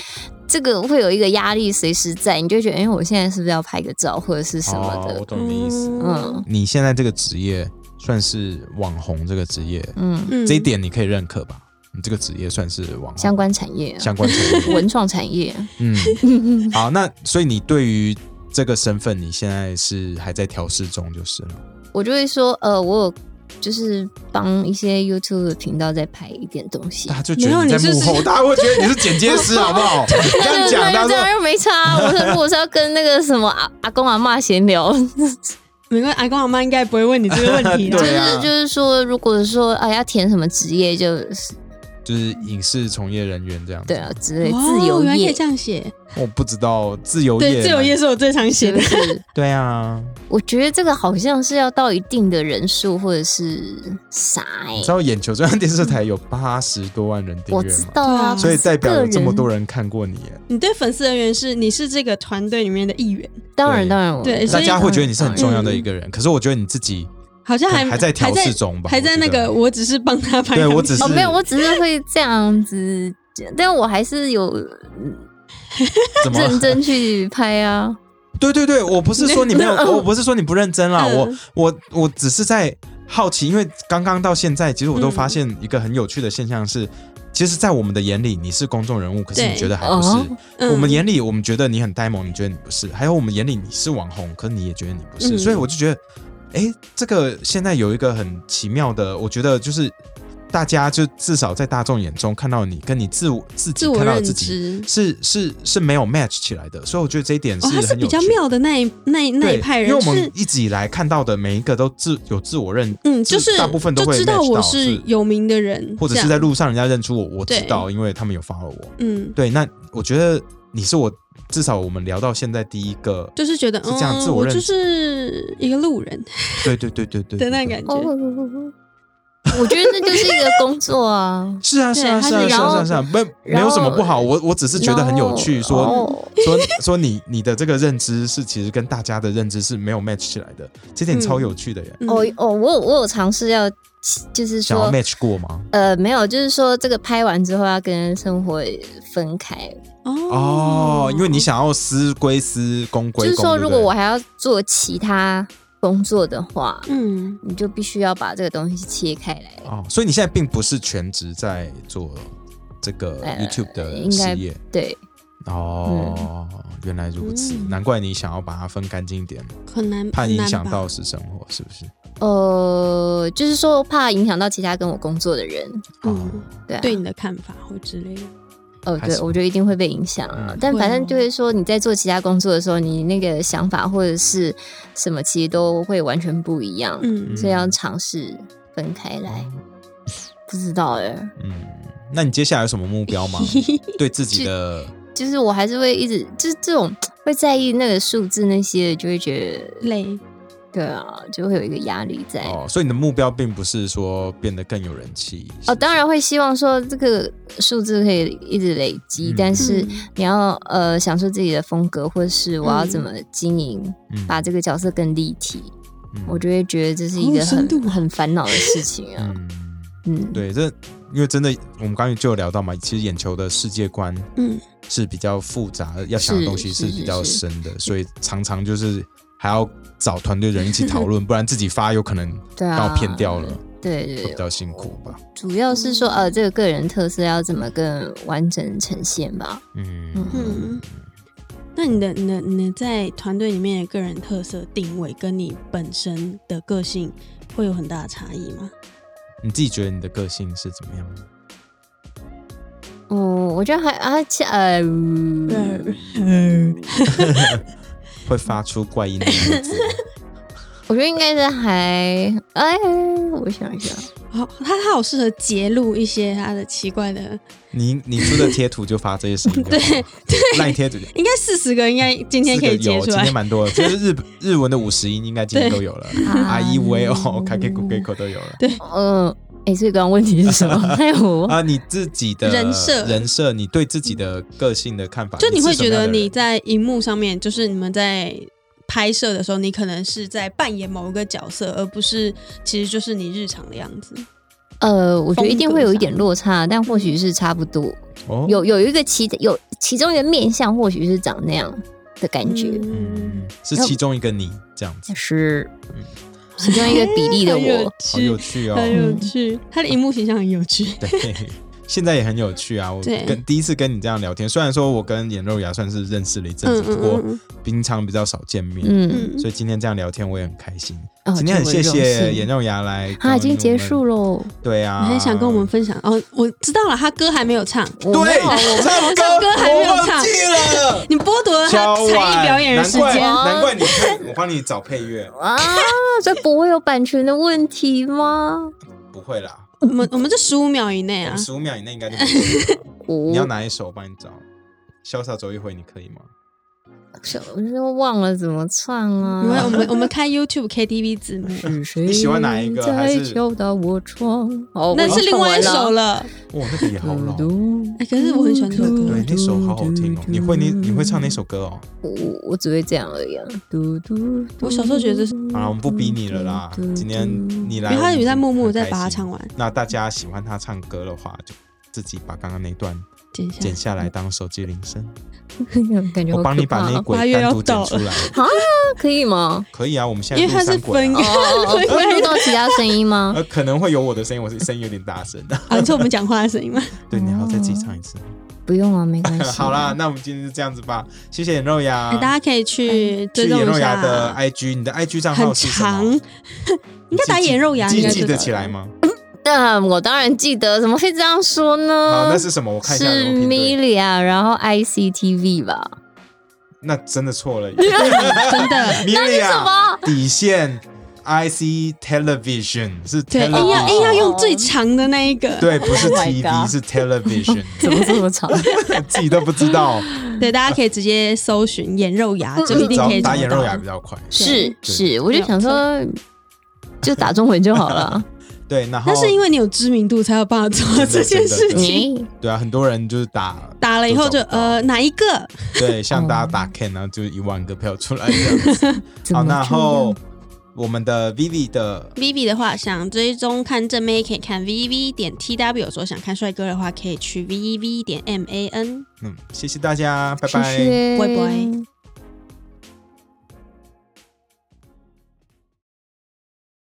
S3: 这个会有一个压力随时在，你就觉得，哎、我现在是不是要拍个照或者是什么
S1: 哦，
S3: 的？
S1: 我懂你的意思。
S3: 嗯
S1: 你现在这个职业算是网红这个职业，
S3: 嗯，
S2: 嗯
S1: 这一点你可以认可吧？你这个职业算是网红
S3: 相关产业、啊，
S1: 相关 产业。
S3: 文创产业，啊
S1: 嗯，好，那所以你对于这个身份，你现在是还在调试中就是了。
S3: 我就会说，呃，我有就是帮一些 YouTube 的频道在拍一点东 西。
S1: 大家就觉
S2: 没有
S1: 得你在
S2: 你就是
S1: 幕 后，大家会觉得你是剪接师，好不好？你这样讲，
S3: 那
S1: 大
S3: 就这
S1: 家说
S3: 样又没差 啊。我说如果是要跟那个什么阿阿公阿妈闲聊，
S2: 没关系，阿公阿妈应该不会问你这个问题
S1: 对
S2: 啦。
S3: 就是
S1: 啊
S3: 就是说，如果说啊要填什么职业，就是
S1: 就是影视从业人员这样。
S3: 对，啊之类
S2: 哦
S3: 自由
S2: 原来可以
S3: 业
S2: 这，样写，
S1: 我不知道自由业，
S2: 对，自由业，是我最常写
S3: 就
S2: 的。
S3: 是
S1: 对啊。
S3: 我觉得这个好像是要到一定的人数或者是啥哎、
S1: 你知道眼球中央电视台有八十多万人订
S3: 我
S1: 阅
S3: 知
S1: 吗？
S3: 道啊，
S2: 对啊
S1: 所以代表有这么多
S3: 人，
S1: 人看过你耶，
S2: 你对粉丝人员是你是这个团队里面的一员，
S3: 当然
S1: 对
S3: 当然我，
S2: 对
S1: 大
S2: 所以
S1: 家会觉得你是很
S3: 当然
S1: 重要的一个人。可是我觉得你自己
S2: 好像还
S1: 还在调试中吧
S2: 还在
S1: 我觉
S2: 那
S1: 得
S2: 个，我只是帮他拍
S1: 对
S2: 东西。
S1: 我只是
S3: 哦，没有，我只是会这样子，但我还是有
S1: 怎么
S3: 认真去 拍啊。
S1: 对对对，我不是说你没有，我不是说你不认真啦，
S2: 嗯
S1: 我我我只是在好奇，因为刚刚到现在，其实我都
S2: 嗯
S1: 发现一个很有趣的现象是，其实，在我们的眼里你是公众人物，可是你
S2: 对
S1: 觉得还不
S3: 哦
S1: 是。
S2: 嗯
S1: 我们眼里我们觉得你很呆萌，你觉得你不是；还有我们眼里你是网红，可是你也觉得你不是。
S2: 嗯
S1: 所以我就觉得，哎，这个现在有一个很奇妙的，我觉得就是大家就至少在大众眼中看到你，跟你自我自己
S2: 自我
S1: 看到的
S2: 认
S1: 自己。
S2: 知，
S1: 是是是没有 match 起来的，所以我觉得这一点
S2: 哦，他是
S1: 很
S2: 比
S1: 有趣
S2: 较
S1: 的。
S2: 妙的那一那一那
S1: 对，
S2: 一派
S1: 因
S2: 人
S1: 为我
S2: 是
S1: 们。一直以来看到的每一个都自有自我认，
S2: 嗯，就是
S1: 大部分都
S2: 就
S1: 会
S2: 知道
S1: match
S2: 我
S1: 到
S2: 是有名的人，
S1: 或者
S2: 这
S1: 是
S2: 样
S1: 在路上人家认出我，我知
S2: 对
S1: 道，因为他们有 follow 我。
S2: 嗯，
S1: 对，那我觉得你是我至少我们聊到现在第一个，
S2: 就是觉得
S1: 是这样自
S2: 嗯，
S1: 我
S2: 我
S1: 认知
S2: 就是一个路人
S1: 对对对对对对
S2: 的那种
S1: 对。
S2: 感
S3: 哦，
S2: 觉。
S3: 我觉得那就是一个工作啊
S1: 是啊是啊
S2: 对他
S1: 是啊
S3: 是
S1: 是
S3: 然
S1: 啊
S3: 后
S1: 是啊是啊，没没有什么不好，我我只是 觉得很有趣，
S3: 然
S1: 说
S3: 后哦
S1: 说 说你你的这个认知是其实跟大家的认知是没有 match 起来的，这点
S2: 嗯
S1: 超有趣的耶。
S2: 嗯
S3: 哦哦，我有我有尝试要，就是
S1: 想要
S3: 说
S1: match 过吗？
S3: 呃没有，就是说这个拍完之后要跟生活分开，
S2: 哦
S1: 哦，因为你想要私归私，公
S3: 就
S1: 归
S3: 是
S1: 公。
S3: 说
S1: 对
S3: 如
S1: 不
S3: 果
S1: 对
S3: 我还要做其他工作的话，
S2: 嗯，
S3: 你就必须要把这个东西切开来。
S1: 哦，所以你现在并不是全职在做这个
S3: 呃
S1: YouTube 的
S3: 应
S1: 事
S3: 该
S1: 业
S3: 对，
S1: 哦，原来如此，
S2: 嗯
S1: 难怪你想要把它分干净一点，
S2: 很难
S1: 怕
S2: 很
S1: 影
S2: 难
S1: 响
S2: 吧
S1: 到私生活，是不是？
S3: 呃，就是说怕影响到其他跟我工作的人，
S1: 哦
S2: 嗯，
S3: 对、啊、
S2: 对你的看法或之类的。
S3: 哦，
S1: 还
S3: 对，
S1: 是
S3: 我觉得一定会被影响啊。
S1: 嗯
S3: 但
S2: 会
S3: 反正
S2: 哦
S3: 就是说，你在做其他工作的时候，你那个想法或者是什么，其实都会完全不一样，
S2: 嗯，
S3: 所以要尝试分开来。不知道哎、
S1: 嗯，那你接下来有什么目 标吗？对自己的
S3: 就是我还是会一直就是这种会在意那个数字那些，就会觉得
S2: 累，
S3: 对啊，就会有一个压力在。
S1: 哦，所以你的目标并不是说变得更有人气
S3: 哦，当然会希望说这个数字可以一直累积，
S1: 嗯
S3: 但是
S2: 嗯
S3: 你要呃享受自己的风格，或是我要
S2: 嗯
S3: 怎么经营，
S1: 嗯
S3: 把这个角色更立体，
S1: 嗯
S3: 啊我就会觉得这是一
S2: 好有
S3: 个
S2: 深度
S3: 很
S2: 啊
S3: 很烦恼的事情啊。
S1: 嗯。
S3: 嗯，
S1: 对，这因为真的，我们刚才就有聊到嘛，其实眼球的世界观
S2: 嗯，
S1: 是比较复杂，要想的
S3: 是
S1: 东西是
S3: 是是
S1: 比较
S3: 是
S1: 深的，所以常常就是还要找团队人一起讨 论，不然自己发有可能
S3: 对
S1: 刚
S3: 啊，
S1: 好偏掉了，
S3: 对。对
S1: 会比
S3: 对，
S1: 较辛苦吧。
S3: 主要是说呃，这个个人特色要怎么更完整呈现吧。
S1: 嗯
S2: 嗯，那你的、你的、你的在团队里面的个人特色定位，跟你本身的个性会有很大的差异吗？
S1: 你自己觉得你的个性是怎么样的？
S3: 嗯，我觉得还啊，其呃，
S2: 嗯，
S1: 会发出怪异的名字，
S3: 我我觉得应该是还哎，我想一下，
S2: 好，哦他他好适合揭露一些他的奇怪的，
S1: 你你出的贴图就发这些事情 就好了，对烂贴图就。
S2: 应该四十个应该今天
S1: 四
S2: 可
S1: 个
S2: 以截
S1: 有，
S2: 出
S1: 今
S2: 来
S1: 天。蛮多的，就是日日文的五十音应该今天都有了，I
S2: 啊
S1: E V O K K K K 都有了。
S3: 嗯、呃，哎，所以刚刚问题 是什么？哎，我
S1: 啊，你自己的
S2: 人设
S1: 人设，你对自己的个性的看法，
S2: 就你会
S1: 是什
S2: 觉
S1: 么样
S2: 得
S1: 的
S2: 你
S1: 人
S2: 在荧幕上面，就是你们在拍摄的时候，你可能是在扮演某一个角色，而不是其实就是你日常的样子。
S3: 呃，我觉得一定会有一点落差，但或许是差不多。
S1: 哦
S3: 有有一个其有其中一个面相，或许是长那样的感觉，
S1: 嗯
S2: 嗯，
S1: 是其中一个你这样子，
S3: 是
S1: 嗯
S3: 其中一个比例的
S2: 很有
S3: 我。
S1: 好
S2: 趣
S1: 有，趣哦。
S2: 很有趣。他的荧幕形象很有趣，
S1: 对，现在也很有趣啊。我
S2: 对
S1: 跟第一次跟你这样聊天，虽然说我跟眼肉牙算是认识了一阵子，不过
S2: 嗯
S1: 平常比较少见面，
S3: 嗯，
S2: 嗯，
S1: 所以今天这样聊天我也很开心。
S3: 哦
S1: 今天很谢谢眼。
S3: 这我荣幸
S1: 肉牙来，
S3: 啊，已经结束
S1: 了。
S3: 喽。
S1: 对
S2: 你
S1: 啊，
S2: 很想跟我们分享哦？我知道了，他歌还没有唱，
S3: 对
S1: 对唱歌，
S2: 歌还没有
S1: 我忘
S2: 唱
S1: 记了。
S2: 你剥夺了他
S1: 敲
S2: 才
S1: 碗
S2: 艺表演的时
S1: 难怪
S2: 间。哦
S1: 难怪你看，我帮你找配乐，
S3: 啊，这不会有版权的问题吗？
S1: 不会啦，
S2: 我们我们这十五秒以内
S1: 我
S2: 啊
S1: 们，十五秒以内应该就不会了。
S3: 我
S1: 你要哪一首？我帮你找。潇洒走一回，你可以吗？
S3: 我都忘了怎么唱
S2: 我们我
S3: 啊。
S2: 们我们开 YouTube KTV 字幕，
S3: 是谁
S1: 你喜欢哪一个还
S3: 在
S1: 是
S3: 敲打我窗？哦，
S2: 那
S3: 我
S2: 是另外一首
S3: 了。
S2: 了。
S1: 哇，那个也 好老。
S2: 哎可是我很喜欢这首歌
S1: 对，那首好好听哦。你会你你会唱那首歌哦？
S3: 我我我只会这样而已、啊。嘟嘟，
S2: 我小时候觉得是
S1: 啊好了，我们不逼你了啦。今天你来，
S2: 因为他
S1: 我们
S2: 有在默默
S1: 很
S2: 在
S1: 开
S2: 把它
S1: 心
S2: 唱完。
S1: 那大家喜欢他唱歌的话，就自己把刚刚那段
S2: 剪一下
S1: 剪下来当手机铃声。
S3: 感觉好
S1: 我帮你把那一
S3: 可
S1: 轨
S2: 八月
S1: 单
S2: 要
S1: 独剪
S2: 到
S1: 出来，
S3: 怕啊，可以吗？
S1: 可以啊。我们现在
S2: 因为它
S1: 录三
S2: 是
S1: 轨
S2: 分
S1: 啊
S2: 开，
S3: 哦，不会录到其他声音吗？
S1: 呃，可能会有我的声音，我是声音有点大声 的。
S2: 啊，你说我们讲话的声音吗？
S1: 对，你还要再自己唱一次。
S3: 不用啊，没关系。
S1: 好啦，，那我们今天就这样子吧。谢谢眼肉牙，
S2: 哎大家可以去
S1: 去
S2: 追踪
S1: 眼肉
S2: 一
S1: 牙的
S2: 下，
S1: IG，你的 IG 账号
S2: 很
S1: 是什么？
S2: 长，应该打眼肉牙
S1: 记
S2: 应该
S1: 记
S2: 就
S1: 得
S2: 得
S1: 起来吗？
S3: 那我当然记得，怎么会这样说
S1: 好，
S3: 呢
S1: 那？是什么？我看一
S3: 是
S1: 下有没有拼对。
S3: Milia，然后 ICTV 吧。
S1: 那 真的错 了耶，
S2: 真的。
S1: 米利
S3: 什
S1: 亚
S3: 么？
S1: 底线 IC Television 是
S2: 对，哎硬要
S1: television，
S2: 硬要用最长的那一个，
S1: 对，不是
S3: Oh my
S1: TV
S3: God
S1: 是 television，
S3: 怎么这么长？
S1: 自己都不知 道，
S2: 对，大家可以直接搜寻眼肉牙，就一定
S1: 找
S2: 可以找
S1: 打眼
S2: 到
S1: 肉牙比较快。
S3: 是
S1: 对
S3: 是，我就想说，就打中文就好了。
S1: 对，然后
S2: 那是因为你有知名度才有办法做这件事
S1: 真的
S2: 情。
S3: 你
S1: 对啊，很多人就是打
S2: 打了以后就呃哪一个？
S1: 对，像
S2: 哦
S1: 大家打 Ken 然后就一万个票出来这样 子。
S3: 怎
S1: 好，
S3: 么
S1: 然
S3: 这
S1: 后
S3: 样
S1: 我们的 Vivi 的
S2: Vivi 的话，想追踪看正妹可以看 Viv 点 T W，说想看帅哥的话可以去 Viv 点 M A N。
S1: 嗯，谢谢大家，拜拜。
S3: 谢谢
S2: 拜拜